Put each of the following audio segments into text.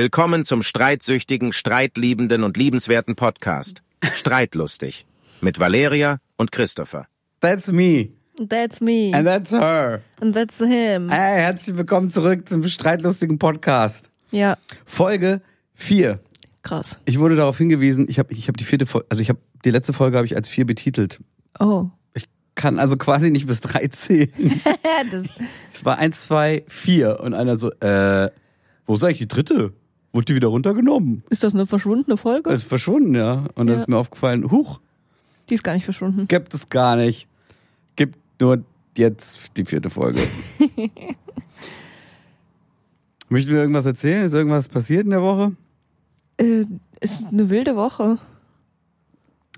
Willkommen zum streitsüchtigen, streitliebenden und liebenswerten Podcast Streitlustig mit Valeria und Christopher. That's me. That's me. And that's her. And that's him. Hey, herzlich willkommen zurück zum streitlustigen Podcast. Ja, Folge 4. krass. Ich wurde darauf hingewiesen, ich habe ich hab die vierte Folge, also ich habe die letzte Folge habe ich als 4 betitelt. Oh. Ich kann also quasi nicht bis 3 zählen. Ja, das, es war 1, 2, 4 und einer so, äh, wo ist eigentlich die dritte? Wurde die wieder runtergenommen? ist das eine verschwundene Folge? Ist verschwunden, ja. Und dann Ja. ist mir aufgefallen, huch, Die ist gar nicht verschwunden. gibt es gar nicht. Gibt nur jetzt die vierte Folge. Möchten wir irgendwas erzählen? Ist irgendwas passiert in der Woche? Äh, ist eine wilde Woche.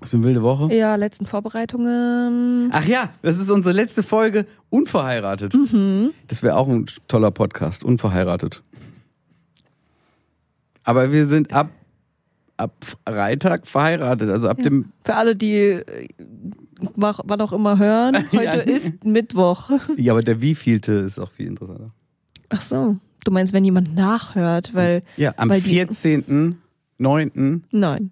Ist eine wilde Woche. Ja, letzten Vorbereitungen. Ach ja, das ist unsere letzte Folge Unverheiratet. Das wäre auch ein toller Podcast, Unverheiratet. Aber wir sind ab, ab Freitag verheiratet, also ab dem Für alle, die äh, mach- wann auch immer hören, heute Ja. ist Mittwoch. Ja, aber der wievielte ist auch viel interessanter. Ach so. Du meinst, wenn jemand nachhört, weil. Ja, am weil die- 14.09. Nein.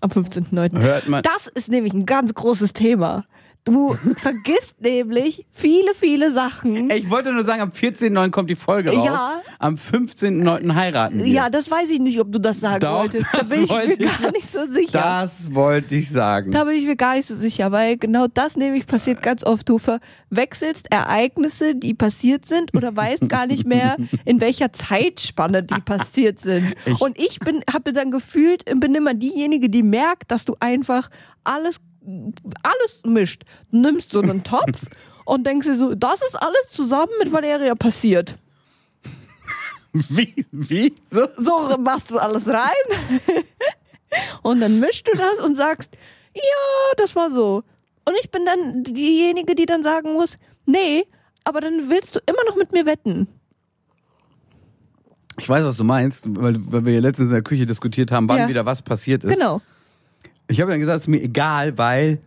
Am 15.09. hört man Das ist nämlich ein ganz großes Thema. Du vergisst nämlich viele, viele Sachen. Ey, Ich wollte nur sagen, am 14.9. kommt die Folge raus. Ja. Am 15.9. heiraten wir. Ja, das weiß ich nicht, ob du das sagen Doch, wolltest. Da das bin ich wollte mir ich gar sagen. nicht so sicher. das wollte ich sagen. Da bin ich mir gar nicht so sicher, weil genau das nämlich passiert ganz oft. Du verwechselst Ereignisse, die passiert sind oder weißt gar nicht mehr, in welcher Zeitspanne die passiert sind. Und ich bin, habe dann gefühlt, bin immer diejenige, die merkt, dass du einfach alles, alles mischt. Du nimmst so einen Topf und denkst dir so, das ist alles zusammen mit Valeria passiert. Wie? Wie? So? so machst du alles rein. und dann mischst du das und sagst, ja, das war so. Und ich bin dann diejenige, die dann sagen muss, nee, aber dann willst du immer noch mit mir wetten. Ich weiß, was du meinst, weil, weil wir ja letztens in der Küche diskutiert haben, wann Ja. wieder was passiert ist. genau. Ich habe dann gesagt, es ist mir egal, weil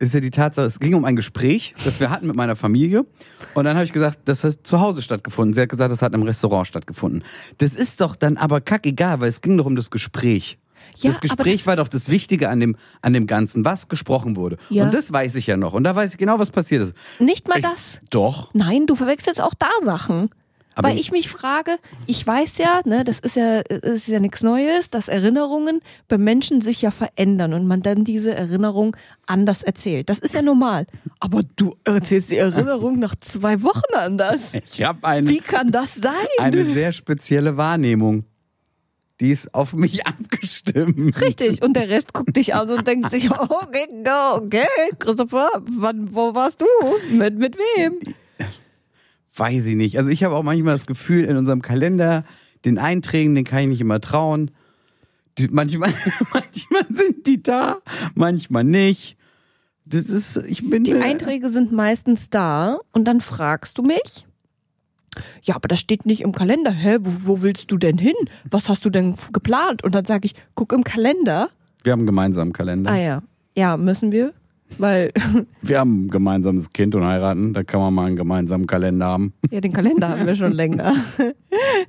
ist ja die Tatsache, es ging um ein Gespräch, das wir hatten mit meiner Familie. Und dann habe ich gesagt, das hat zu Hause stattgefunden. Sie hat gesagt, das hat im Restaurant stattgefunden. Das ist doch dann aber kackegal, weil es ging doch um das Gespräch. Ja, das aber Gespräch das- war doch das Wichtige an dem, an dem Ganzen, was gesprochen wurde. Ja. Und das weiß ich ja noch. Und da weiß ich genau, was passiert ist. Nicht mal Ich- das. Doch. Nein, du verwechselst auch da Sachen. Aber- Weil ich mich frage, ich weiß ja, ne, das ist ja, es ist ja nichts Neues, dass Erinnerungen bei Menschen sich ja verändern und man dann diese Erinnerung anders erzählt. Das ist ja normal. Aber du erzählst die Erinnerung nach zwei Wochen anders. Ich habe eine, Wie kann das sein? eine sehr spezielle Wahrnehmung. Die ist auf mich abgestimmt. Richtig. Und der Rest guckt dich an und denkt sich, okay, okay, Christopher, wann, wo warst du? Mit, mit wem? Weiß ich nicht. Also ich habe auch manchmal das Gefühl, in unserem Kalender, den Einträgen, den kann ich nicht immer trauen. Die, manchmal, manchmal sind die da, manchmal nicht. Das ist, ich bin. Die äh, Einträge sind meistens da und dann fragst du mich. Ja, aber das steht nicht im Kalender. Hä, wo, wo willst du denn hin? Was hast du denn geplant? Und dann sage ich, guck im Kalender. Wir haben einen gemeinsamen Kalender. Ah ja, ja, müssen wir, weil Wir haben ein gemeinsames Kind und heiraten. Da kann man mal einen gemeinsamen Kalender haben. Ja, den Kalender haben wir schon länger.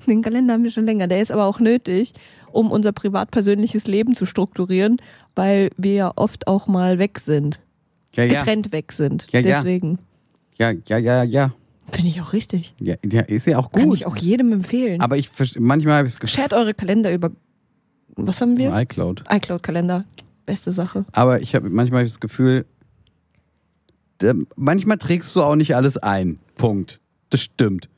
Den Kalender haben wir schon länger. Der ist aber auch nötig, um unser privat-persönliches Leben zu strukturieren, weil wir ja oft auch mal weg sind, Ja, ja. getrennt weg sind. Ja, ja. Deswegen Ja, ja, ja, ja. finde ich auch richtig. Ja, ja ist ja auch Kann gut. ich auch jedem empfehlen. Aber ich verste- manchmal habe ich das Gefühl. Shared eure Kalender über. Was haben wir? iCloud. iCloud-Kalender. Beste Sache. Aber ich habe manchmal hab ich das Gefühl, da, manchmal trägst du auch nicht alles ein. Punkt. Das stimmt.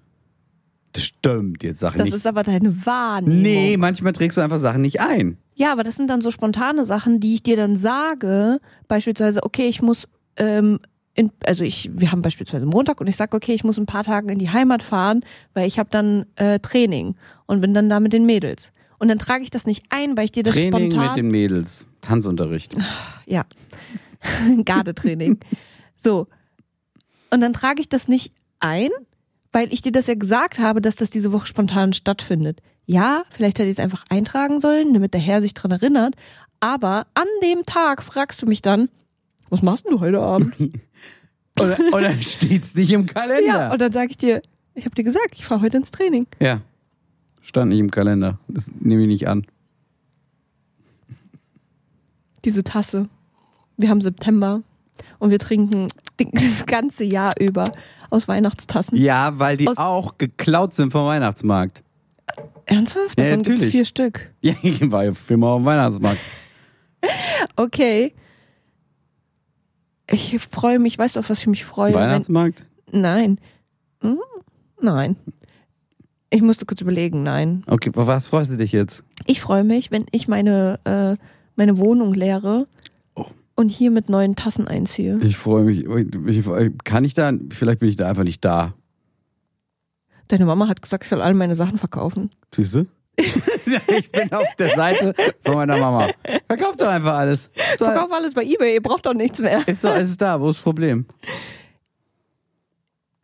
Das stimmt, jetzt sag ich Das nicht. ist aber deine Wahrnehmung. Nee, manchmal trägst du einfach Sachen nicht ein. Ja, aber das sind dann so spontane Sachen, die ich dir dann sage. Beispielsweise, okay, ich muss, ähm, in, also ich, wir haben beispielsweise Montag und ich sage, okay, ich muss ein paar Tagen in die Heimat fahren, weil ich habe dann äh, Training und bin dann da mit den Mädels. Und dann trage ich das nicht ein, weil ich dir das Training spontan. mit den Mädels. Tanzunterricht. ja. Gardetraining. So. Und dann trage ich das nicht ein, weil ich dir das ja gesagt habe, dass das diese Woche spontan stattfindet. Ja, vielleicht hätte ich es einfach eintragen sollen, damit der Herr sich dran erinnert. Aber an dem Tag fragst du mich dann, was machst denn du heute Abend? Oder, oder steht's nicht im Kalender? Und dann sage ich dir, ich habe dir gesagt, ich fahre heute ins Training. ja. Stand nicht im Kalender. Das nehme ich nicht an. Diese Tasse. Wir haben September und wir trinken das ganze Jahr über aus Weihnachtstassen. Ja, weil die Aus- auch geklaut sind vom Weihnachtsmarkt. Ernsthaft? Ja, Davon gibt's natürlich. vier Stück. Ja, ich war ja viermal auf dem Weihnachtsmarkt. Okay. Ich freue mich, weißt du, auf was ich mich freue? Wenn, Weihnachtsmarkt? nein. Hm? Nein. Ich musste kurz überlegen, nein. Okay, aber was freust du dich jetzt? Ich freue mich, wenn ich meine, äh, meine Wohnung leere Oh. und hier mit neuen Tassen einziehe. Ich freue mich. Ich, ich, kann ich da? Vielleicht bin ich da einfach nicht da. Deine Mama hat gesagt, ich soll all meine Sachen verkaufen. Siehst du? ich bin auf der Seite von meiner Mama. Verkauf doch einfach alles. So, Verkauf alles bei Ebay, ihr braucht doch nichts mehr. Ist doch alles da. Wo ist das Problem?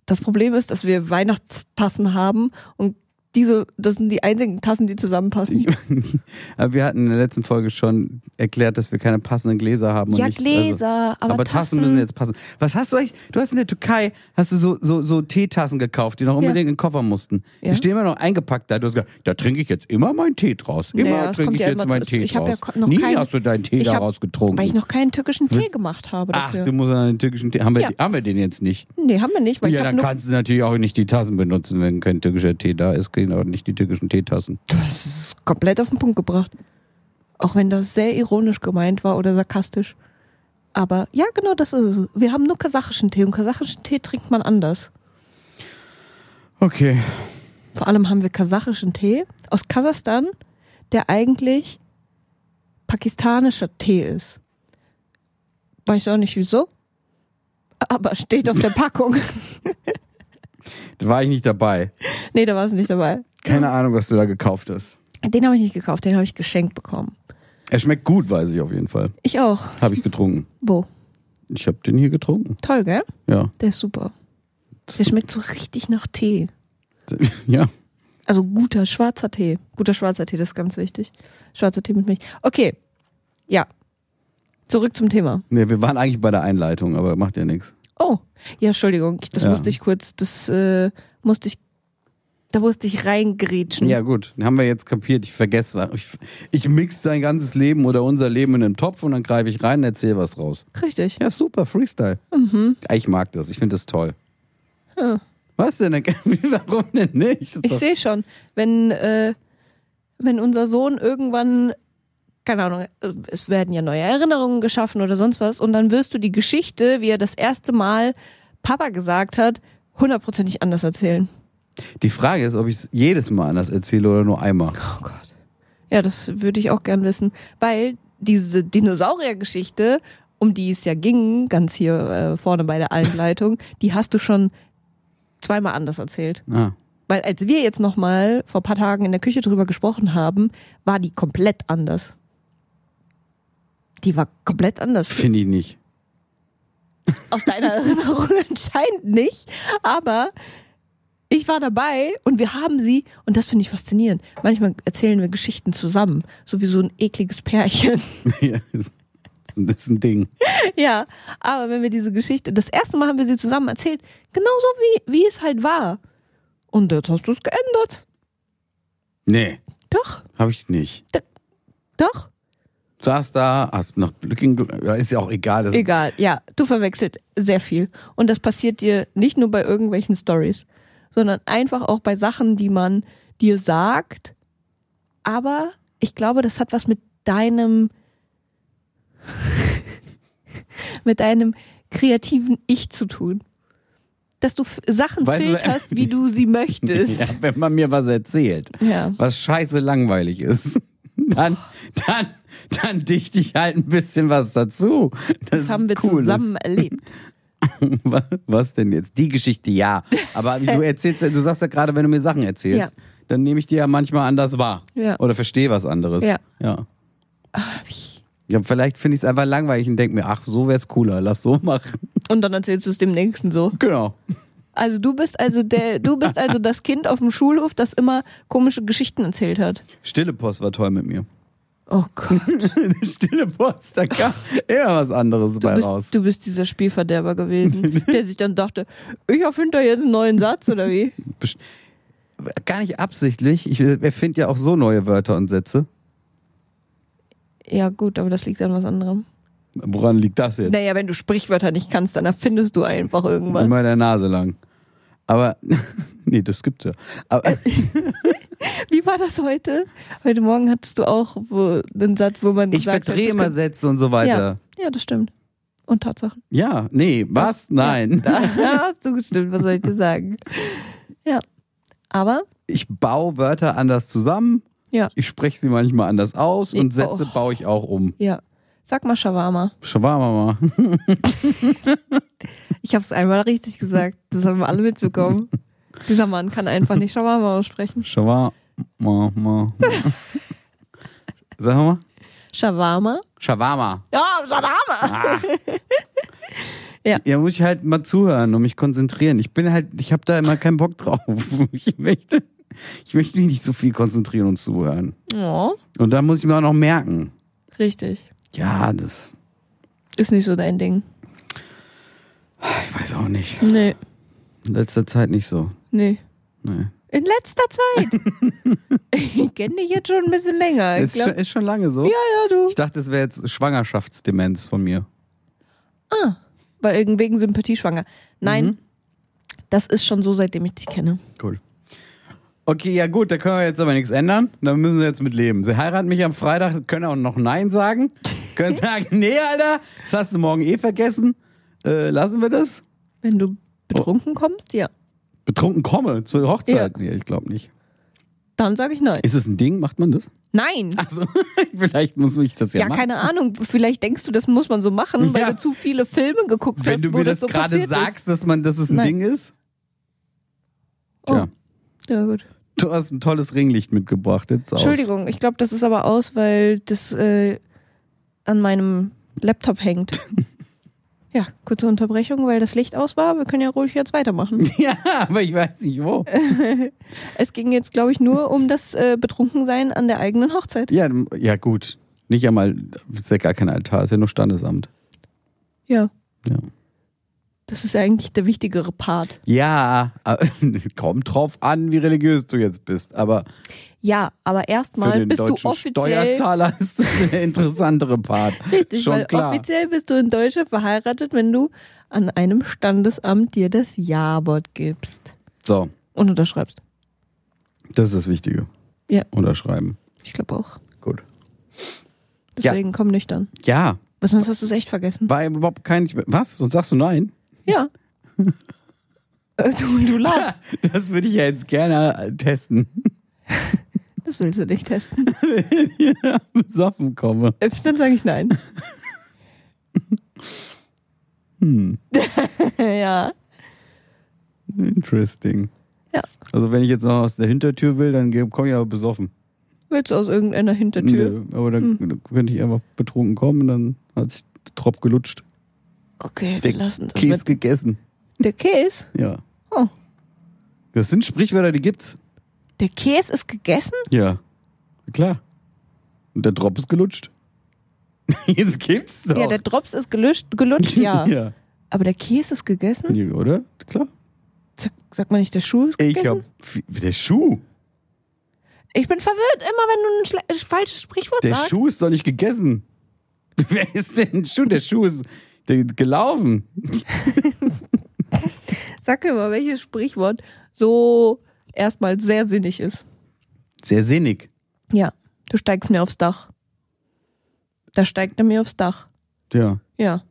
Das Problem ist, dass wir Weihnachtstassen haben und diese, das sind die einzigen Tassen, die zusammenpassen. Aber wir hatten in der letzten Folge schon erklärt, dass wir keine passenden Gläser haben. Ja, und nichts, Gläser, aber, Also, aber Tassen müssen jetzt passen. Was hast du eigentlich? Du hast in der Türkei hast du so, so, so Teetassen gekauft, die noch unbedingt in den Koffer mussten. Ja. Die stehen immer noch eingepackt da. Du hast gesagt, da trinke ich jetzt immer meinen Tee draus. Immer Naja, es trinke kommt ich ja jetzt immer- meinen Tee ich hab ja draus. noch Nie keinen- hast du deinen Tee Ich hab- daraus getrunken. Weil ich noch keinen türkischen Tee gemacht habe Ach, dafür. du musst an den türkischen Tee. Haben wir, Ja. die- haben wir den jetzt nicht? nee, haben wir nicht, weil ja, ich habe dann nur. kannst du natürlich auch nicht die Tassen benutzen, wenn kein türkischer Tee da ist. Gehen auch nicht die türkischen Teetassen. Du hast es komplett auf den Punkt gebracht. Auch wenn das sehr ironisch gemeint war oder sarkastisch. Aber ja, genau das ist es. Wir haben nur kasachischen Tee und kasachischen Tee trinkt man anders. Okay. Vor allem haben wir kasachischen Tee aus Kasachstan, der eigentlich pakistanischer Tee ist. Weiß auch nicht wieso, aber steht auf der Packung. Da war ich nicht dabei. nee, da war es nicht dabei. Keine Ahnung, was du da gekauft hast. Den habe ich nicht gekauft, den habe ich geschenkt bekommen. Er schmeckt gut, weiß ich auf jeden Fall. Ich auch. Habe ich getrunken. Wo? Ich habe den hier getrunken. Toll, gell? Ja. Der ist super. Das- Der schmeckt so richtig nach Tee. Ja. Also guter schwarzer Tee. Guter schwarzer Tee, das ist ganz wichtig. Schwarzer Tee mit Milch. Okay. Ja. Zurück zum Thema. Nee, wir waren eigentlich bei der Einleitung, aber macht ja nichts. Oh, ja, Entschuldigung, ich- das Ja. musste ich kurz, das äh, musste ich, da musste ich reingrätschen. Ja, gut. Haben wir jetzt kapiert. Ich vergesse was. Ich, ich mix dein ganzes Leben oder unser Leben in einen Topf und dann greife ich rein und erzähle was raus. Richtig. Ja, super. Freestyle. Mhm. Ja, Ich mag das. Ich finde das toll. Was denn? Warum denn nicht? Ist Ich doch- sehe schon, wenn, äh, wenn unser Sohn irgendwann, keine Ahnung, äh, es werden ja neue Erinnerungen geschaffen oder sonst was und dann wirst du die Geschichte, wie er das erste Mal Papa gesagt hat, hundertprozentig anders erzählen. Die Frage ist, ob ich es jedes Mal anders erzähle oder nur einmal. Oh Gott. Ja, das würde ich auch gern wissen, weil diese Dinosaurier-Geschichte, um die es ja ging, ganz hier äh, vorne bei der Einleitung, die hast du schon zweimal anders erzählt. Ah. Weil als wir jetzt nochmal vor paar Tagen in der Küche drüber gesprochen haben, war die komplett anders. Die war komplett anders. Finde ich nicht. Aus deiner Erinnerung anscheinend nicht, aber ich war dabei und wir haben sie, und das finde ich faszinierend, manchmal erzählen wir Geschichten zusammen, so wie so ein ekliges Pärchen. Ja, das ist ein Ding. Ja, aber wenn wir diese Geschichte, das erste Mal haben wir sie zusammen erzählt, genauso wie, wie es halt war. Und jetzt hast du es geändert. Nee, Doch, habe ich nicht. doch. Saß da, hast nach Glück in Glück. ja, Ist ja auch egal. Das Egal, ja, du verwechselt sehr viel. Und das passiert dir nicht nur bei irgendwelchen Stories, sondern einfach auch bei Sachen, die man dir sagt. Aber ich glaube, das hat was mit deinem, mit deinem kreativen Ich zu tun. Dass du f- Sachen Weißt du, filterst, wie du sie möchtest. ja, wenn man mir was erzählt, Ja. was scheiße langweilig ist, dann, dann, dann dichte ich halt ein bisschen was dazu. Das, Das haben wir ist cool. zusammen erlebt. Was, was denn jetzt? Die Geschichte, ja. Aber du erzählst, ja- du sagst ja gerade, wenn du mir Sachen erzählst, Ja. dann nehme ich die ja manchmal anders wahr. Ja. Oder verstehe was anderes. Ja. ja. Ja, vielleicht finde ich es einfach langweilig und denke mir, ach, so wäre es cooler, lass so machen. Und dann erzählst du es dem Nächsten so. Genau. Also du bist also der, du bist also das Kind auf dem Schulhof, das immer komische Geschichten erzählt hat. Stille Post war toll mit mir. Oh Gott, Stille Post, da kam immer was anderes du bei raus. bist, du bist dieser Spielverderber gewesen, der sich dann dachte, ich erfinde da jetzt einen neuen Satz oder wie? Best- gar nicht absichtlich. Ich erfinde ja auch so neue Wörter und Sätze. Ja, gut, aber das liegt an was anderem. Woran liegt das jetzt? Naja, wenn du Sprichwörter nicht kannst, dann erfindest du einfach irgendwas. Immer der Nase lang. Aber, nee, das gibt's ja. Aber, Wie war das heute? Heute Morgen hattest du auch wo, einen Satz, wo man ich gesagt hat, verdrehe das immer kann- Sätze und so weiter. Ja, ja, das stimmt. Und Tatsachen. Ja, nee, was? Nein. Da hast du gestimmt, was soll ich dir sagen? Ja. Aber, Ich baue Wörter anders zusammen. ja, Ich spreche sie manchmal anders aus und Ich- Sätze oh. baue ich auch um. ja. Sag mal Shawarma. Shawarma mal. Ich hab's einmal richtig gesagt. Das haben wir alle mitbekommen. Dieser Mann kann einfach nicht Shawarma aussprechen. Shawarma. ma. Sag mal. Shawarma? Shawarma. Ja, Shawarma! Ja, muss ich halt mal zuhören und mich konzentrieren. Ich bin halt, ich habe da immer keinen Bock drauf. Ich möchte, ich möchte mich nicht so viel konzentrieren und zuhören. Ja, Und dann muss ich mir auch noch merken. richtig. Ja, das, Ist nicht so dein Ding. ich weiß auch nicht. Nee, In letzter Zeit nicht so. nee. Nee. In letzter Zeit. ich kenne dich jetzt schon ein bisschen länger. Ich Ist, glaub, schon, ist schon lange so. ja, ja, du. Ich dachte, es wäre jetzt Schwangerschaftsdemenz von mir. Weil irgend- wegen Sympathie schwanger. Nein, das ist schon so, seitdem ich dich kenne. Cool. Okay, ja gut, da können wir jetzt aber nichts ändern. Da müssen sie jetzt mit leben. Sie heiraten mich am Freitag, können auch noch Nein sagen. Können sagen, nee, Alter, das hast du morgen eh vergessen. Äh, lassen wir das. Wenn du betrunken kommst, ja. Betrunken komme zur Hochzeit. Nee, ich glaube nicht. Dann sage ich nein. Ist es ein Ding? Macht man das? Nein. Also, vielleicht muss ich das ja, Ja, machen. keine Ahnung. Vielleicht denkst du, das muss man so machen, weil Ja. du zu viele Filme geguckt hast, Wenn du wo mir das, das, so gerade passiert sagst, dass man, dass es ein Nein. Ding ist. ist. Oh. Tja. Ja, gut. Du hast ein tolles Ringlicht mitgebracht. Jetzt aus. Entschuldigung, ich glaube, das ist aber aus, weil das äh, an meinem Laptop hängt. ja, kurze Unterbrechung, weil das Licht aus war. Wir können ja ruhig jetzt weitermachen. Ja, aber ich weiß nicht wo. es ging jetzt, glaube ich, nur um das äh, Betrunkensein an der eigenen Hochzeit. Ja, ja gut. Nicht einmal, ist ja gar kein Altar, ist ja nur Standesamt. Ja. Ja. Das ist eigentlich der wichtigere Part. Ja, äh, kommt drauf an, wie religiös du jetzt bist, aber Ja, aber für erstmal den bist du deutschen offiziell. Steuerzahler ist das der interessantere Part. Richtig, Schon weil klar. offiziell bist du in Deutschland verheiratet, wenn du an einem Standesamt dir das Ja-Wort gibst So, und unterschreibst. das ist das Wichtige. Ja. Unterschreiben. Ich glaube auch. Gut. Ja. Deswegen komm nüchtern. Ja, Was sonst hast du es echt vergessen. war überhaupt kein. Was? Sonst sagst du nein? Ja. Äh, du, du lachst. Das würde ich ja jetzt gerne äh, testen. Das willst du nicht testen. Besoffen komme. Äh, Dann sage ich nein. Hm. ja. Interesting. Ja. Also, wenn ich jetzt noch aus der Hintertür will, dann komme ich aber besoffen. Willst du aus irgendeiner Hintertür? Nö, aber dann dann könnte ich einfach betrunken kommen, dann hat sich der Tropf gelutscht. Okay, wir lassen das Käse gegessen. mit. Der Käse? Ja. Oh. Das sind Sprichwörter, die gibt's. Der Käse ist gegessen? Ja. Klar. Und der Tropf ist gelutscht. Jetzt gibt's doch. Ja, der Drops ist gelutscht, gelutscht ja. ja. Aber der Käse ist gegessen? Ja, Oder? Klar. Sag, sagt man nicht, der Schuh ist Ich gegessen? hab. Der Schuh. ich bin verwirrt, immer wenn du ein schle- äh, falsches Sprichwort Der sagst. Schuh ist doch nicht gegessen. Wer ist denn ein Schuh? Der Schuh ist der, gelaufen. Sag mir mal, welches Sprichwort so erstmal sehr sinnig ist. Sehr sinnig. Ja, du steigst mir aufs Dach. Da steigt er mir aufs Dach. Ja. Ja,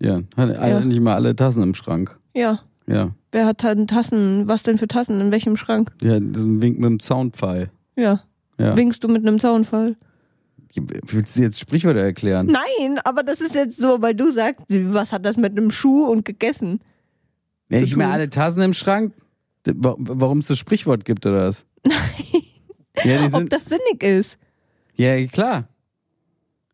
Ja. Hat Ja. ja. nicht mal alle Tassen im Schrank. ja. Ja. Wer hat denn Tassen? Was denn für Tassen? In welchem Schrank? Ja, so ein Wink mit dem Zaunpfeil. Ja. Ja. Winkst du mit einem Zaunfall? Willst du jetzt Sprichwörter erklären? Nein, aber das ist jetzt so, weil du sagst, was hat das mit einem Schuh und gegessen? Wenn zu ich mir tun. alle Tassen im Schrank, d- wa- warum es das Sprichwort gibt oder was? Nein. Ja, die Ob sind, das sinnig ist? ja klar.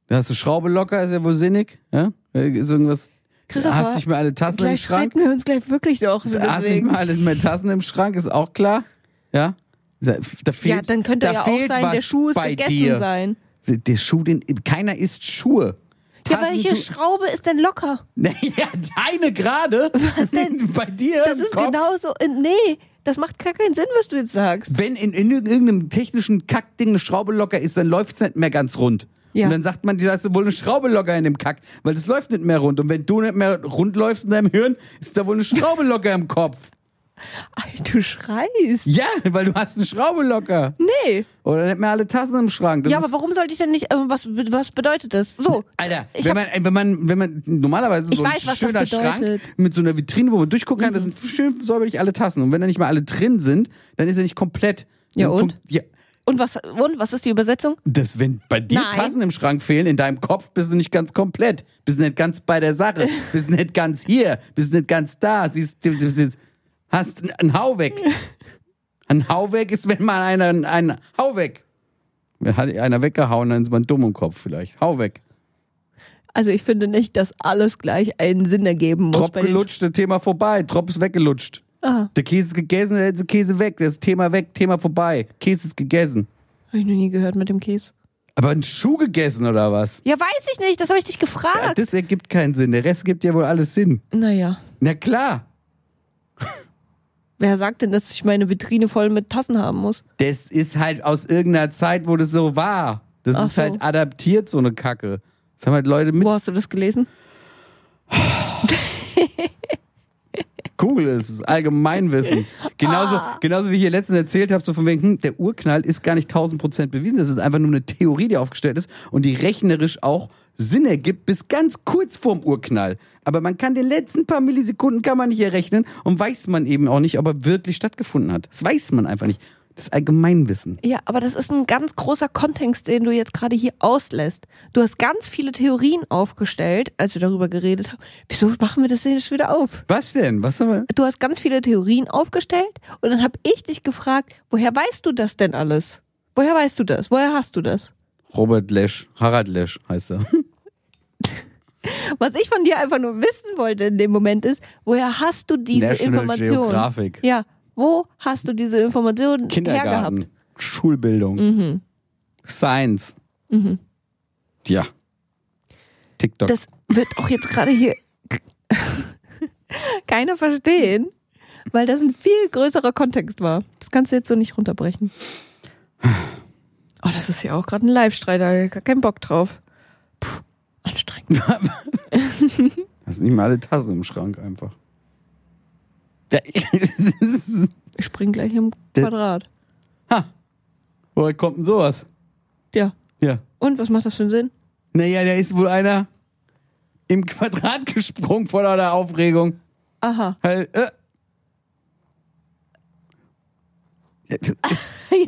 Da hast du Schraube locker, ist ja wohl sinnig. Ja? Ist irgendwas. Christopher, hast nicht mehr alle Tassen im Gleich Schrank? streiten wir uns gleich wirklich doch. Hast nicht deswegen. mehr alle mehr Tassen im Schrank, ist auch klar. Ja. Da, da fehlt, ja, dann könnte da ja auch fehlt sein, der was Schuh ist bei gegessen dir. sein. Der Schuh, den, keiner isst Schuhe. Ja, Tassen welche tu- Schraube ist denn locker? Ja, deine gerade. Was denn? Bei dir. Das im ist genau- Kopf. genauso. äh, Nee, Das macht gar keinen Sinn, was du jetzt sagst. Wenn in, in irgendeinem technischen Kackding eine Schraube locker ist, dann läuft's nicht mehr ganz rund. Ja. Und dann sagt man dir, da ist wohl eine Schraube locker in dem Kack, weil das läuft nicht mehr rund. Und wenn du nicht mehr rund läufst in deinem Hirn, ist da wohl eine Schraube locker im Kopf. Alter, du schreist. Ja, weil du hast eine Schraube locker. Nee. Oder nicht mehr alle Tassen im Schrank. Das ja, ist- aber warum sollte ich denn nicht, äh, was, was bedeutet das? So. Alter, Oh, ich wenn, hab, man, ey, wenn man, wenn man, normalerweise Ich so ein weiß, was das schöner Schrank bedeutet. Mhm. mit so einer Vitrine, wo man durchgucken kann, da sind schön säuberlich alle Tassen. Und wenn da nicht mal alle drin sind, dann ist er nicht komplett. Ja, Dann und? funkt- Ja, und, was, und was ist die Übersetzung? das, wenn bei dir Nein. Tassen im Schrank fehlen, in deinem Kopf bist du nicht ganz komplett. Bist nicht ganz bei der Sache. Bist nicht ganz hier. Bist nicht ganz da. Siehst, du- du- du- hast n- einen Hau weg. Ein Hau weg ist, wenn man einen, einen Hau weg. Wenn Hat einer weggehauen, dann ist man dumm im Kopf vielleicht. Hau weg. Also ich finde nicht, dass alles gleich einen Sinn ergeben muss. Trop bei den- gelutscht, das Thema vorbei. Trop ist weggelutscht. Ah, Der Käse ist gegessen, der Käse weg. Das Thema weg, Thema vorbei. Käse ist gegessen. habe ich noch nie gehört mit dem Käse. Aber einen Schuh gegessen oder was? Ja, weiß ich nicht, das habe ich dich Ja, gefragt. das ergibt keinen Sinn. Der Rest gibt ja wohl alles Sinn. naja, Na klar. wer sagt denn, dass ich meine Vitrine voll mit Tassen haben muss? Das ist halt aus irgendeiner Zeit, wo das so war. Das Ach ist so. halt adaptiert, so eine Kacke. Das haben halt Leute mit. Wo hast du das gelesen? Google ist es. Allgemeinwissen. Genauso, genauso wie ich hier letztens erzählt habe, so von wegen, hm, der Urknall ist gar nicht 1000 Prozent bewiesen. Das ist einfach nur eine Theorie, die aufgestellt ist und die rechnerisch auch Sinn ergibt bis ganz kurz vorm Urknall. Aber man kann den letzten paar Millisekunden kann man nicht errechnen und weiß man eben auch nicht, ob er wirklich stattgefunden hat. Das weiß man einfach nicht. Das Allgemeinwissen. Ja, aber das ist ein ganz großer Kontext, den du jetzt gerade hier auslässt. Du hast ganz viele Theorien aufgestellt, als wir darüber geredet haben. Wieso machen wir das denn jetzt wieder auf? Was denn? Was haben wir? Du hast ganz viele Theorien aufgestellt und dann habe ich dich gefragt, woher weißt du das denn alles? Woher weißt du das? Woher hast du das? Robert Lesch. Harald Lesch heißt er. Was ich von dir einfach nur wissen wollte in dem Moment ist, woher hast du diese National Information? Geographic. Ja, wo hast du diese Information Kindergarten, hergehabt? Mhm. Schulbildung, Science. Ja. TikTok. Das wird auch jetzt gerade hier keiner verstehen, weil das ein viel größerer Kontext war. Das kannst du jetzt so nicht runterbrechen. Oh, das ist ja auch gerade ein Live-Streit, da hab ich gar keinen Bock drauf. Puh, anstrengend. das sind nicht mal alle Tassen im Schrank einfach. Ich spring gleich im Quadrat. Woher kommt denn sowas? Ja. Ja. Und was macht das für einen Sinn? Naja, da ist wohl einer im Quadrat gesprungen vor lauter Aufregung. Aha. Halt, äh. äh.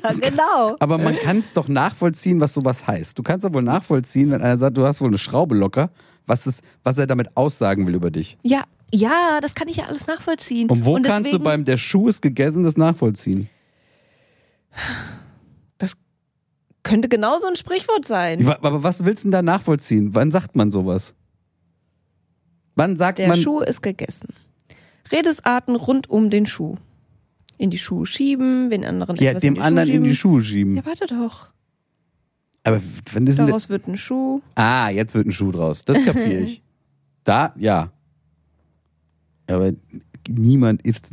Ja, genau. Aber man kann es doch nachvollziehen, was sowas heißt. Du kannst doch wohl nachvollziehen, wenn einer sagt, du hast wohl eine Schraube locker, was, es, was er damit aussagen will über dich. Ja, ja, das kann ich ja alles nachvollziehen. Und wo kannst du beim Der Schuh ist gegessen das nachvollziehen? Das könnte genauso ein Sprichwort sein. Wa- Aber was willst du denn da nachvollziehen? Wann sagt man sowas? Wann sagt Der man. Schuh ist gegessen. Redesarten rund um den Schuh. In die Schuhe schieben, den anderen ja, etwas dem in die anderen Schuhe in die schieben. Schuhe schieben. Ja, warte doch. Aber wenn das denn, Daraus wird ein Schuh. Ah, jetzt wird ein Schuh draus. Das kapiere ich. Da, ja. Aber niemand ist.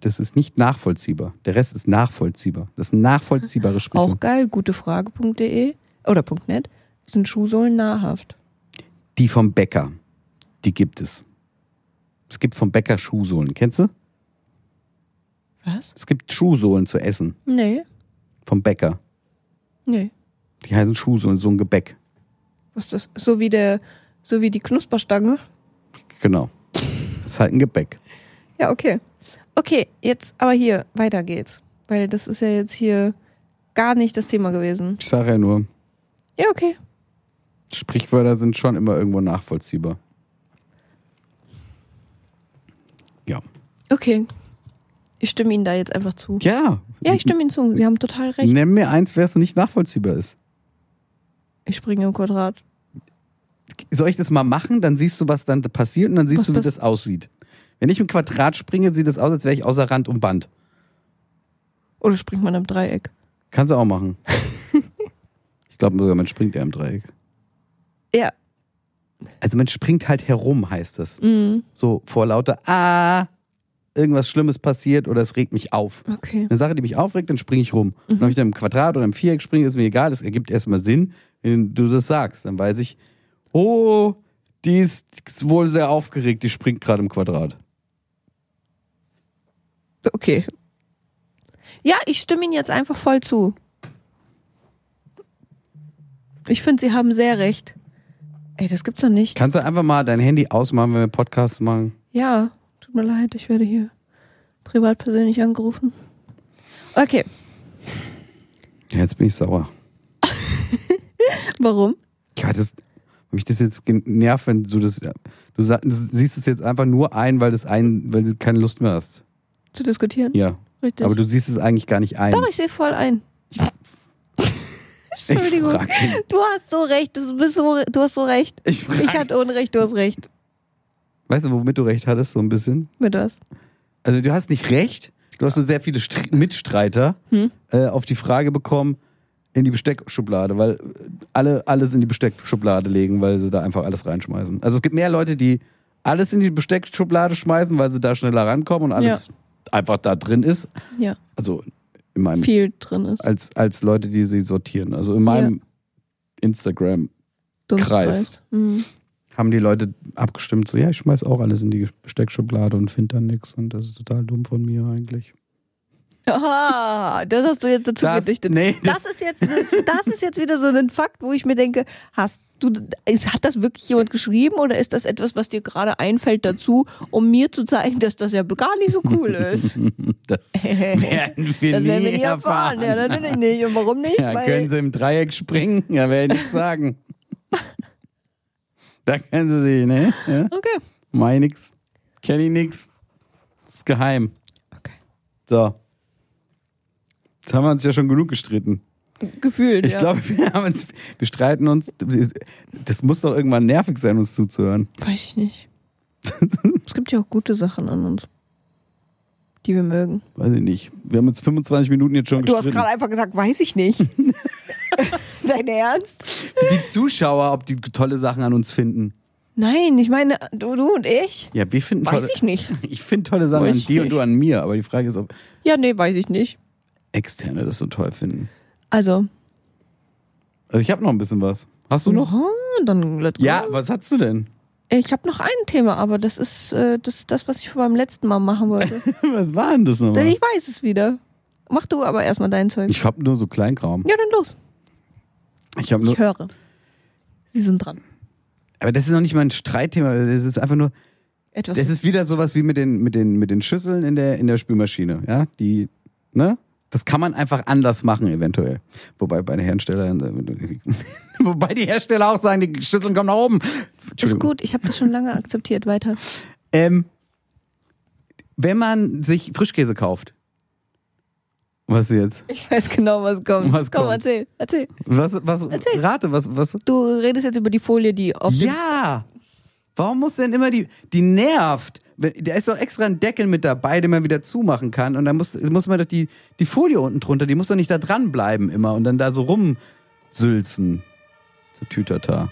Das ist nicht nachvollziehbar. Der Rest ist nachvollziehbar. Das sind nachvollziehbare Sprüche. Auch geil, gutefrage.de E. oder .net sind Schuhsohlen nahrhaft. Die vom Bäcker. Die gibt es. Es gibt vom Bäcker Schuhsohlen. Kennst du? Was? Es gibt Schuhsohlen zu essen. Nee, Vom Bäcker. nee. Die heißen Schuhsohlen, so ein Gebäck. Was ist das? So wie der, so wie die Knusperstange. Genau. Das ist halt ein Gebäck. Ja, okay. Okay, jetzt aber hier, weiter geht's. Weil das ist ja jetzt hier gar nicht das Thema gewesen. Ich sage ja nur, Ja, okay. Sprichwörter sind schon immer irgendwo nachvollziehbar. Ja. Okay. Ich stimme Ihnen da jetzt einfach zu. Ja. Ja, ich stimme Ihnen zu. Sie haben total recht. Nenn mir eins, wer es nicht nachvollziehbar ist. Ich springe im Quadrat. Soll ich das mal machen? Dann siehst du, was dann passiert und dann siehst Was du, wie pass- das aussieht. Wenn ich im Quadrat springe, sieht das aus, als wäre ich außer Rand und Band. Oder springt man im Dreieck. Kannst du auch machen. ich glaube sogar, man springt eher im Dreieck. Ja. Mhm. Also man springt halt herum, heißt es. So vor lauter Ah. irgendwas Schlimmes passiert oder es regt mich auf. Okay. Eine Sache, die mich aufregt, dann springe ich rum. Dann Ob ich dann im Quadrat oder im Viereck springe, ist mir egal. Das ergibt erstmal Sinn, wenn du das sagst. Dann weiß ich, oh, die ist wohl sehr aufgeregt, die springt gerade im Quadrat. Okay. Ja, ich stimme Ihnen jetzt einfach voll zu. Ich finde, Sie haben sehr recht. Ey, das gibt's doch nicht. Kannst du einfach mal dein Handy ausmachen, wenn wir Podcasts machen? Ja, tut mir leid, ich werde hier privat persönlich angerufen. Okay, Ja, jetzt bin ich sauer. warum? Ja, das, mich das jetzt genervt, wenn du das, du sa- siehst es jetzt einfach nur ein, weil, das ein, weil du keine Lust mehr hast. Zu diskutieren? Ja. Richtig. Aber du siehst es eigentlich gar nicht ein. Doch, ich sehe voll ein. ich Entschuldigung. frag dich. Du hast so recht, du bist so, du hast so recht. Ich frag- ich hatte Unrecht, du hast recht. Weißt du, womit du recht hattest, so ein bisschen? Mit was? Also du hast nicht recht, du hast nur sehr viele Str Mitstreiter Hm? äh, auf die Frage bekommen, in die Besteckschublade, weil äh, alle alles in die Besteckschublade legen, weil sie da einfach alles reinschmeißen. Also es gibt mehr Leute, die alles in die Besteckschublade schmeißen, weil sie da schneller rankommen und alles einfach da drin ist. Ja, Also in meinem viel drin ist. als als Leute, die sie sortieren. Also in meinem Instagram Dummes Kreis. Mhm. haben die Leute abgestimmt, so ja, ich schmeiß auch alles in die Besteckschublade und finde dann nichts und das ist total dumm von mir eigentlich. Aha, das hast du jetzt dazu Das- gedichtet. nee, das, ist jetzt, das ist jetzt wieder so ein Fakt, wo ich mir denke, hast du, ist- hat das wirklich jemand geschrieben oder ist das etwas, was dir gerade einfällt dazu, um mir zu zeigen, dass das ja gar nicht so cool ist? Das werden wir, das nie, werden wir nie erfahren. erfahren. Ja, ne? natürlich nicht. Und warum nicht? Ja, können Weil, sie im Dreieck springen? Ja, werde ich nichts sagen. da können sie sich, ne? Ja? okay. Mein nix. Kenn ich nix. Ist geheim. okay. So. Jetzt haben wir uns ja schon genug gestritten. Gefühlt. Ich ja. glaube, wir haben uns, wir streiten uns. Das muss doch irgendwann nervig sein, uns zuzuhören. Weiß ich nicht. es gibt ja auch gute Sachen an uns, die wir mögen. Weiß ich nicht. Wir haben uns 25 Minuten jetzt schon Du hast gestritten. gerade einfach gesagt, weiß ich nicht. Dein Ernst? die Zuschauer, ob die tolle Sachen an uns finden. Nein, ich meine, du, du und ich? Ja, wir finden tolle, Weiß ich nicht. Ich finde tolle Sachen Weiß an ich dir und nicht. du an mir, aber die Frage ist, ob Ja, nee, weiß ich nicht. Externe das so toll finden. Also, Also ich habe noch ein bisschen was. Hast du noch? aha, dann let's go. Ja, was hast du denn? Ich habe noch ein Thema, aber das ist äh, das, das, was ich von meinem letzten Mal machen wollte. Was war denn das Denn nochmal? ich weiß es wieder. Mach du aber erstmal dein Zeug. Ich habe nur so Kleinkram. Ja, dann los. Ich habe nur. Ich höre. Sie sind dran. Aber das ist noch nicht mal ein Streitthema. Das ist einfach nur. Etwas. Das ist wieder sowas wie mit den mit den mit den Schüsseln in der in der Spülmaschine. Ja, die. Ne? Das kann man einfach anders machen eventuell. Wobei bei den Herstellern. Wobei die Hersteller auch sagen, die Schüsseln kommen nach oben. ist Entschuldigung. gut, ich habe das schon lange akzeptiert. Weiter. Ähm, wenn man sich Frischkäse kauft. Was jetzt? Ich weiß genau, was kommt. Was Komm, kommt? erzähl, erzähl. Was, was, Erzähl. rate, was, was? Du redest jetzt über die Folie, die auf dem- Ja! Warum muss denn immer die, die nervt? Wenn- Da ist doch extra ein Deckel mit dabei, den man wieder zumachen kann. Und dann muss, muss man doch die, die Folie unten drunter, die muss doch nicht da dranbleiben immer und dann da so rumsülzen. So Tütata.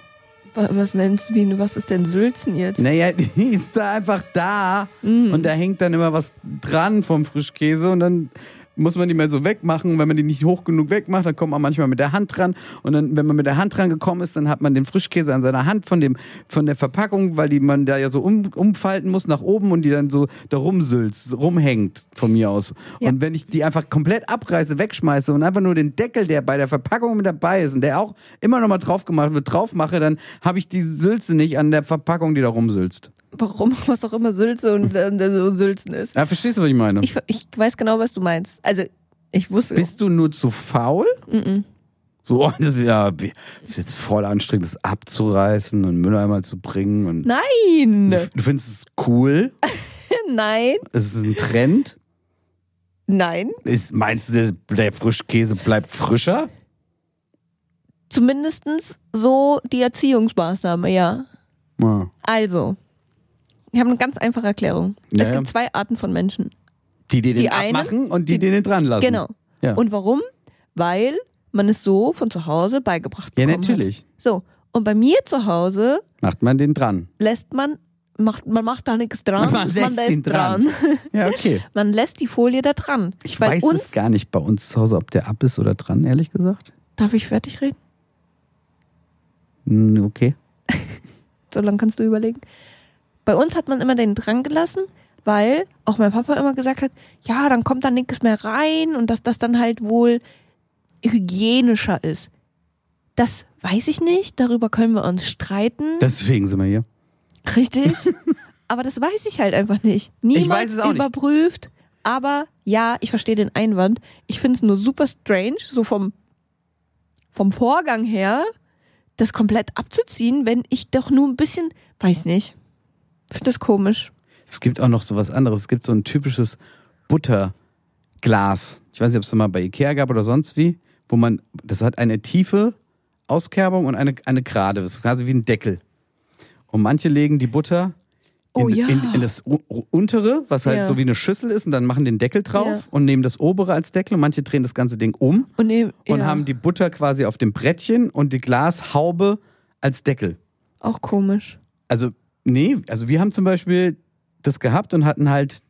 Wa- Was nennst du, wie, was ist denn Sülzen jetzt? Naja, die ist da einfach da und da hängt dann immer was dran vom Frischkäse und dann muss man die mal so wegmachen. Und wenn man die nicht hoch genug wegmacht, dann kommt man manchmal mit der Hand dran. Und dann, wenn man mit der Hand dran gekommen ist, dann hat man den Frischkäse an seiner Hand von, dem, von der Verpackung, weil die man da ja so um, umfalten muss nach oben und die dann so da rumsülzt, rumhängt von mir aus. Ja. Und wenn ich die einfach komplett abreiße, wegschmeiße und einfach nur den Deckel, der bei der Verpackung mit dabei ist und der auch immer nochmal drauf gemacht wird, drauf mache, dann habe ich die Sülze nicht an der Verpackung, die da rumsülzt. Warum, was auch immer Sülze und, äh, und Sülzen ist. Ja, verstehst du, was ich meine? Ich, ich weiß genau, was du meinst. Also, ich wusste. Bist du nur zu faul? So, das ist, ja, das ist jetzt voll anstrengend, das abzureißen und Mülleimer zu bringen. Und Nein! du, du findest es cool? Nein! Es ist ein Trend? Nein! Ist, meinst du, der- der Frischkäse bleibt frischer? Zumindestens so die Erziehungsmaßnahme, ja. Ja. Also, wir haben eine ganz einfache Erklärung. Ja, es ja. gibt zwei Arten von Menschen. Die, die den Die einen- abmachen und die, die den dran lassen. Genau. Also, Ja. Und warum? Weil man es so von zu Hause beigebracht Ja, bekommen natürlich. Hat. So. Und bei mir zu Hause Macht man den dran. lässt man macht, man macht da nichts dran, man lässt, ihn dran. Ja, okay. Man lässt die Folie da dran. Ich Weil weiß uns, es gar nicht bei uns zu Hause, ob der ab ist oder dran, ehrlich gesagt. Darf ich fertig reden? Hm, Okay. So lange kannst du überlegen. Bei uns hat man immer den dran gelassen, weil auch mein Papa immer gesagt hat, ja, dann kommt da nichts mehr rein und dass das dann halt wohl hygienischer ist. Das weiß ich nicht, darüber können wir uns streiten. Deswegen sind wir hier. Richtig. aber das weiß ich halt einfach nicht. Niemand weiß es auch nicht. überprüft. Aber ja, ich verstehe den Einwand. Ich finde es nur super strange, so vom, vom Vorgang her, das komplett abzuziehen, wenn ich doch nur ein bisschen, weiß nicht. Finde das komisch. Es gibt auch noch so was anderes. Es gibt so ein typisches Butterglas. Ich weiß nicht, ob es das mal bei Ikea gab oder sonst wie, wo man, das hat eine tiefe Auskerbung und eine, eine gerade. Das ist quasi wie ein Deckel. Und manche legen die Butter in, Oh ja. in, in das u- u- untere, was halt Ja. so wie eine Schüssel ist, und dann machen den Deckel drauf Ja. und nehmen das obere als Deckel und manche drehen das ganze Ding um Und, eben, und ja, haben die Butter quasi auf dem Brettchen und die Glashaube als Deckel. auch komisch. Also, nee, also wir haben zum Beispiel das gehabt und hatten halt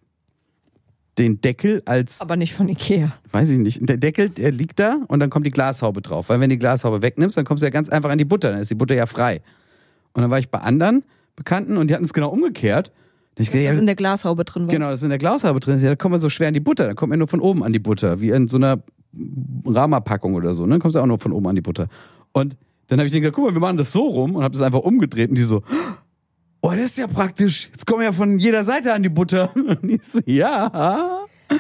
den Deckel als, Aber nicht von Ikea. weiß ich nicht, der Deckel, der liegt da und dann kommt die Glashaube drauf. Weil wenn die Glashaube wegnimmst, dann kommst du ja ganz einfach an die Butter, dann ist die Butter ja frei. Und dann war ich bei anderen Bekannten und die hatten es genau umgekehrt. Und ich Das gedacht, in ja, der Glashaube drin war. genau, das ist in der Glashaube drin, ist. ja, da kommt man so schwer an die Butter, da kommt man nur von oben an die Butter, wie in so einer Rama-Packung oder so, ne? Dann kommst du auch nur von oben an die Butter. Und dann habe ich denen gesagt, guck mal, wir machen das so rum und habe das einfach umgedreht und die so, oh, das ist ja praktisch. Jetzt kommen wir ja von jeder Seite an die Butter. Und ich so, ja.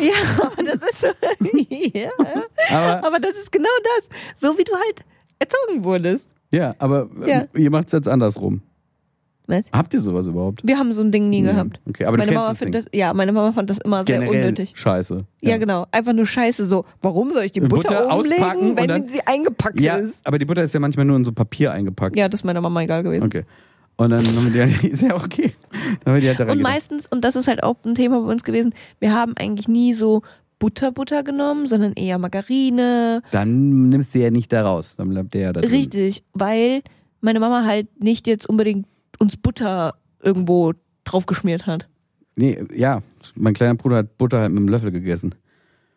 Ja, aber das ist so. ja. Aber, Aber das ist genau das. So wie du halt erzogen wurdest. ja, aber Ja. ähm, ihr macht es jetzt andersrum. Was? Habt ihr sowas überhaupt? Wir haben so ein Ding nie gehabt. okay, aber du meine kennst Mama das findet Ding. das, ja, meine Mama fand das immer sehr Generell unnötig. scheiße. Ja. genau. Einfach nur Scheiße. So, warum soll ich die Butter, Butter auspacken umlegen, und wenn dann- sie eingepackt Ja, ist? aber die Butter ist ja manchmal nur in so Papier eingepackt. Ja, das ist meiner Mama egal gewesen. Okay. Und dann haben wir die halt, ist ja auch okay. Dann haben wir die halt da Und reingetan. meistens, und das ist halt auch ein Thema bei uns gewesen, wir haben eigentlich nie so Butter-Butter genommen, sondern eher Margarine. Dann nimmst du ja nicht da raus. Dann bleibt der ja da drin. Richtig, weil meine Mama halt nicht jetzt unbedingt uns Butter irgendwo draufgeschmiert hat. Nee, ja. Mein kleiner Bruder hat Butter halt mit dem Löffel gegessen.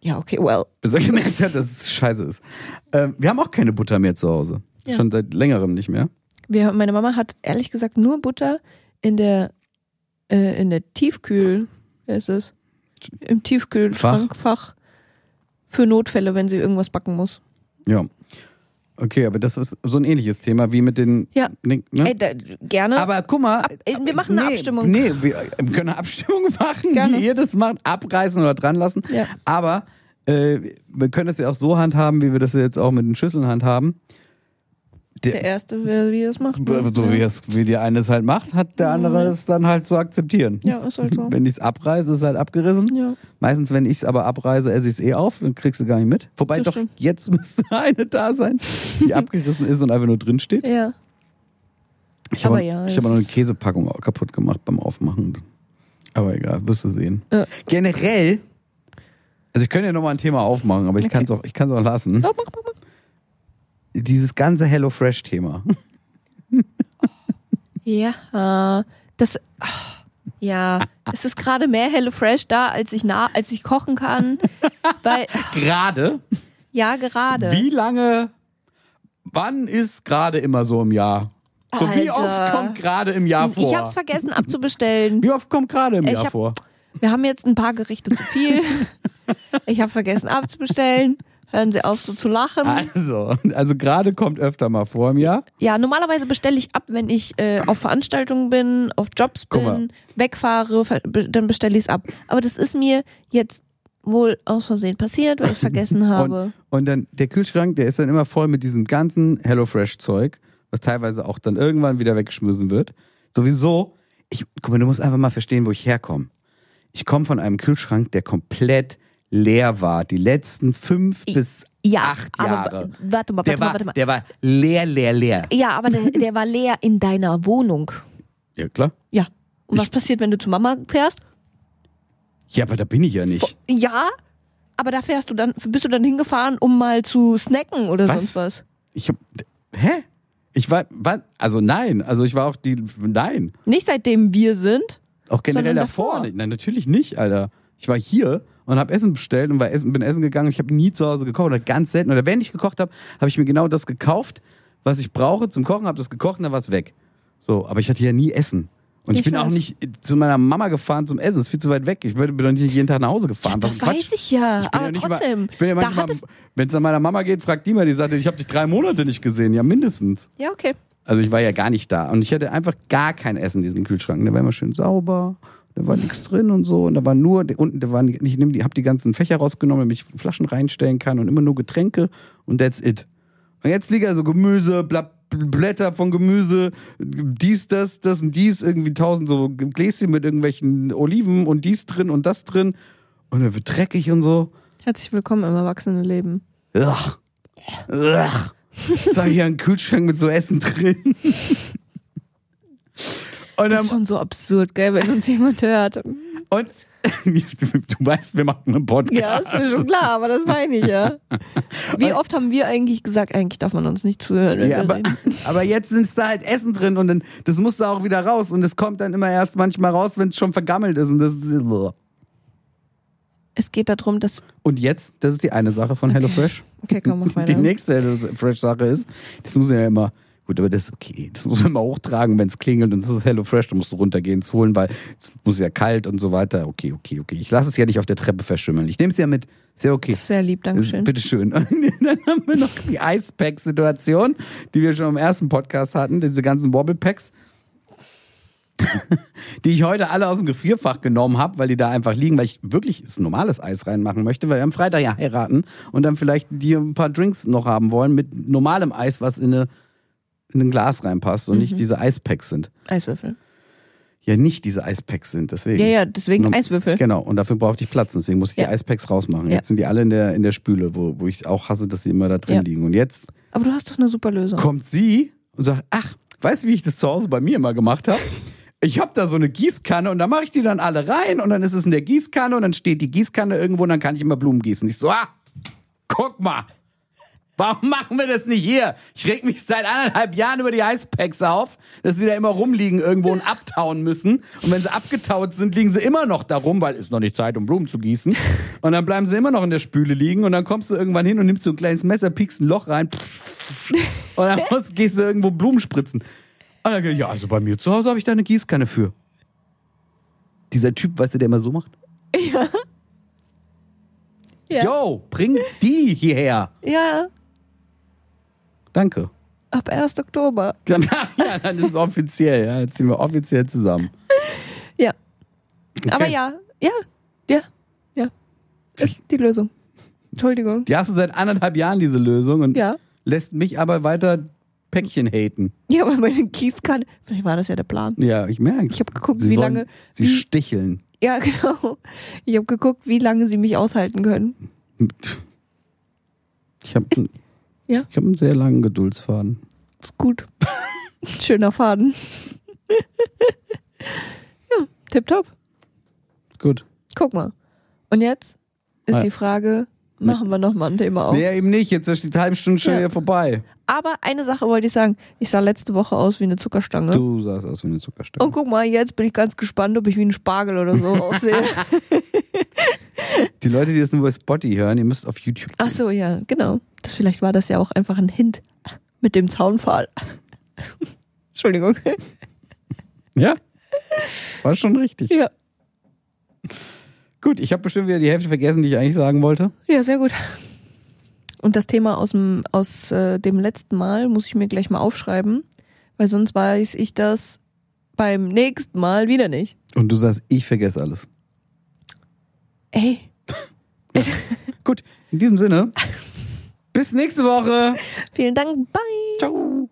Ja, okay, well. Bis er gemerkt hat, dass es scheiße ist. Ähm, wir haben auch keine Butter mehr zu Hause. Ja. Schon seit längerem nicht mehr. Wir, meine Mama hat ehrlich gesagt nur Butter in der, äh, in der Tiefkühl, wer ist es? Im Tiefkühlschrank, Fach. Für Notfälle, wenn sie irgendwas backen muss. Ja. Okay, aber das ist so ein ähnliches Thema wie mit den. Ja. Ne, ne? Ey, da, gerne. aber guck mal. Ab- äh, wir machen eine nee, Abstimmung. Nee, wir äh, können eine Abstimmung machen, Gerne. wie ihr das macht. Abreißen oder dran lassen. Ja. Aber äh, wir können das ja auch so handhaben, wie wir das jetzt auch mit den Schüsseln handhaben. der Erste, wer wie das macht. ne? So wie, es, wie der eine es halt macht, hat der andere es dann halt zu akzeptieren. Ja, ist halt so. Wenn ich es abreiße, ist es halt abgerissen. Ja. Meistens, wenn ich es aber abreiße, esse ich es eh auf, dann kriegst du gar nicht mit. Wobei Das doch, stimmt. jetzt müsste eine da sein, die abgerissen ist und einfach nur drin steht. Ja. Ich habe Aber ja, ich es habe noch eine ist- Käsepackung auch kaputt gemacht beim Aufmachen. Aber egal, wirst du sehen. Ja. Generell, also ich könnte ja nochmal ein Thema aufmachen, aber ich Okay. Oh. kann es auch, ich kann's auch lassen. Mach, mach, mach, mach. Dieses ganze HelloFresh-Thema. Ja. äh, Das. ah, Ja. Es ist gerade mehr HelloFresh da, als ich na, als ich kochen kann. weil. Gerade, Ja, gerade. wie lange, wann ist gerade immer so im Jahr? So wie Alter. oft kommt gerade im Jahr vor? Ich hab's vergessen abzubestellen. wie oft kommt gerade im Ich Jahr hab- vor? Wir haben jetzt ein paar Gerichte zu viel. Ich habe vergessen abzubestellen. Hören Sie auf, so zu lachen. Also, also gerade kommt öfter mal vor im Jahr. Ja, normalerweise bestelle ich ab, wenn ich äh, auf Veranstaltungen bin, auf Jobs Guck mal. bin, wegfahre, ver- be- dann bestelle ich's ab. Aber das ist mir jetzt wohl aus Versehen passiert, weil ich vergessen habe. Und, und dann der Kühlschrank, der ist dann immer voll mit diesem ganzen HelloFresh-Zeug, was teilweise auch dann irgendwann wieder weggeschmissen wird. Sowieso, ich, guck mal, du musst einfach mal verstehen, wo ich herkomme. Ich komme von einem Kühlschrank, der komplett leer war, die letzten fünf bis ja, acht aber Jahre. w- warte mal, der warte mal, war, warte mal. Der war leer, leer, leer. ja, aber der, der war leer in deiner Wohnung. Ja, klar. Ja. Und was passiert, wenn du zu Mama fährst? Ja, aber da bin ich ja nicht. Ja, aber da fährst du dann, bist du dann hingefahren, um mal zu snacken oder Was? sonst was. Ich hab, hä? Ich war, war, also nein, also ich war auch die, nein. Nicht seitdem wir sind. Auch generell Sondern davor. davor. nicht. Nein, natürlich nicht, Alter. Ich war hier und habe Essen bestellt und war essen, bin essen gegangen. Ich habe nie zu Hause gekocht oder ganz selten. Oder wenn ich gekocht habe, habe ich mir genau das gekauft, was ich brauche zum Kochen, habe das gekocht und dann war es weg. So, aber ich hatte ja nie Essen. Und ich, Ich bin auch weiß. nicht zu meiner Mama gefahren zum Essen. Ist viel zu weit weg. Ich bin bin doch nicht jeden Tag nach Hause gefahren. Das Was Quatsch. weiß ich ja. Ich bin aber ja nicht trotzdem. Mal, ich bin ja da manchmal, hat es. wenn es an meiner Mama geht, fragt die mal, die sagt, ich habe dich drei Monate nicht gesehen. Ja, mindestens. Ja, okay. Also ich war ja gar nicht da. Und ich hatte einfach gar kein Essen in diesem Kühlschrank. Der war immer schön sauber. Da war nichts drin und so. Und da war nur, unten, da waren, ich nehm die, hab die ganzen Fächer rausgenommen, damit ich Flaschen reinstellen kann und immer nur Getränke und that's it. Und jetzt liegt also Gemüse, Bla Blätter von Gemüse, dies, das, das und dies, irgendwie tausend so Gläschen mit irgendwelchen Oliven und dies drin und das drin. Und dann wird dreckig und so. Herzlich willkommen im Erwachsenenleben. Ugh. Ugh. Jetzt habe ich ja einen Kühlschrank mit so Essen drin. Und, Das ist dann, schon so absurd, gell, wenn uns jemand hört. und du, du weißt, wir machen einen Podcast. Ja, ist mir schon klar, aber das meine ich ja. Wie oft haben wir eigentlich gesagt, eigentlich darf man uns nicht zuhören? wenn Ja, wir aber, reden? aber jetzt ist da halt Essen drin und dann, das muss da auch wieder raus. Und es kommt dann immer erst manchmal raus, wenn es schon vergammelt ist. Und, das ist, es geht darum, dass. und jetzt, das ist die eine Sache von HelloFresh. Okay, komm, mach weiter. Die nächste äh, HelloFresh-Sache ist, das muss man ja immer, gut, aber das ist okay, das muss man immer hochtragen, wenn es klingelt und es ist HelloFresh, dann musst du runtergehen, es holen, weil es muss ja kalt und so weiter. Okay, okay, okay. Ich lasse es ja nicht auf der Treppe verschimmeln. Ich nehme es ja mit. Ist ja okay. Sehr lieb, Dankeschön. Bitte schön. Und dann haben wir noch die Icepack-Situation, die wir schon im ersten Podcast hatten, diese ganzen Wobble-Packs, die ich heute alle aus dem Gefrierfach genommen habe, weil die da einfach liegen, weil ich wirklich das normales Eis reinmachen möchte, weil wir am Freitag ja heiraten und dann vielleicht dir ein paar Drinks noch haben wollen mit normalem Eis, was in, eine, in ein Glas reinpasst und Mhm. nicht diese Eispacks sind. Eiswürfel. Ja, nicht diese Eispacks sind, deswegen. Ja, ja, deswegen Nom- Eiswürfel. Genau, und dafür brauchte ich Platz, deswegen muss ich Ja. die Eispacks rausmachen. Ja. Jetzt sind die alle in der, in der Spüle, wo, wo ich auch hasse, dass sie immer da drin Ja. liegen. Und jetzt Aber du hast doch eine super Lösung. kommt sie und sagt, ach, weißt du, wie ich das zu Hause bei mir immer gemacht habe? Ich habe da so eine Gießkanne und da mache ich die dann alle rein und dann ist es in der Gießkanne und dann steht die Gießkanne irgendwo und dann kann ich immer Blumen gießen. Ich so, ah, guck mal, warum machen wir das nicht hier? Ich reg mich seit anderthalb Jahren über die Eispacks auf, dass sie da immer rumliegen irgendwo und abtauen müssen. Und wenn sie abgetaut sind, liegen sie immer noch da rum, weil ist noch nicht Zeit, um Blumen zu gießen. Und dann bleiben sie immer noch in der Spüle liegen und dann kommst du irgendwann hin und nimmst so ein kleines Messer, piekst ein Loch rein und dann musst, gehst du irgendwo Blumen spritzen. Und dann, ja, also bei mir zu Hause habe ich da eine Gießkanne für. Dieser Typ, weißt du, der immer so macht? Ja. Yo, bring die hierher. Ja, Danke. ab 1. Oktober. Dann, ja, dann ist es offiziell. Ja, jetzt sind wir offiziell zusammen. Ja. Aber ja, ja, ja, ja. Ist die Lösung. Entschuldigung. Die hast du seit anderthalb Jahren, diese Lösung, und Ja. lässt mich aber weiter Päckchen haten. Ja, aber meine Gießkanne. Vielleicht war das ja der Plan. Ja, ich merke Ich hab geguckt, wie lange- Sie wie- sticheln. Ja, genau. Ich habe geguckt, wie lange sie mich aushalten können. Ich habe Ja. ich hab einen sehr langen Geduldsfaden. Ist gut. Schöner Faden. ja, tipptopp. Gut. Guck mal. Und jetzt ist Ah. die Frage, machen wir nochmal ein Thema auf. Nee, Oh. eben nicht. Jetzt ist die halbe Stunde schon Ja. wieder vorbei. Aber eine Sache wollte ich sagen. Ich sah letzte Woche aus wie eine Zuckerstange. Du sahst aus wie eine Zuckerstange. Und guck mal, jetzt bin ich ganz gespannt, ob ich wie ein Spargel oder so aussehe. Die Leute, die das nur bei Spotty hören, ihr müsst auf YouTube. Ach so, ja, genau. Das, vielleicht war das ja auch einfach ein Hint mit dem Zaunpfahl. Entschuldigung. Ja? War schon richtig. Ja. Gut, ich habe bestimmt wieder die Hälfte vergessen, die ich eigentlich sagen wollte. ja, sehr gut. Und das Thema aus dem, aus, äh, dem letzten Mal muss ich mir gleich mal aufschreiben, weil sonst weiß ich das beim nächsten Mal wieder nicht. Und du sagst, ich vergesse alles. Ey, Gut, in diesem Sinne, bis nächste Woche. vielen Dank. Bye. Ciao.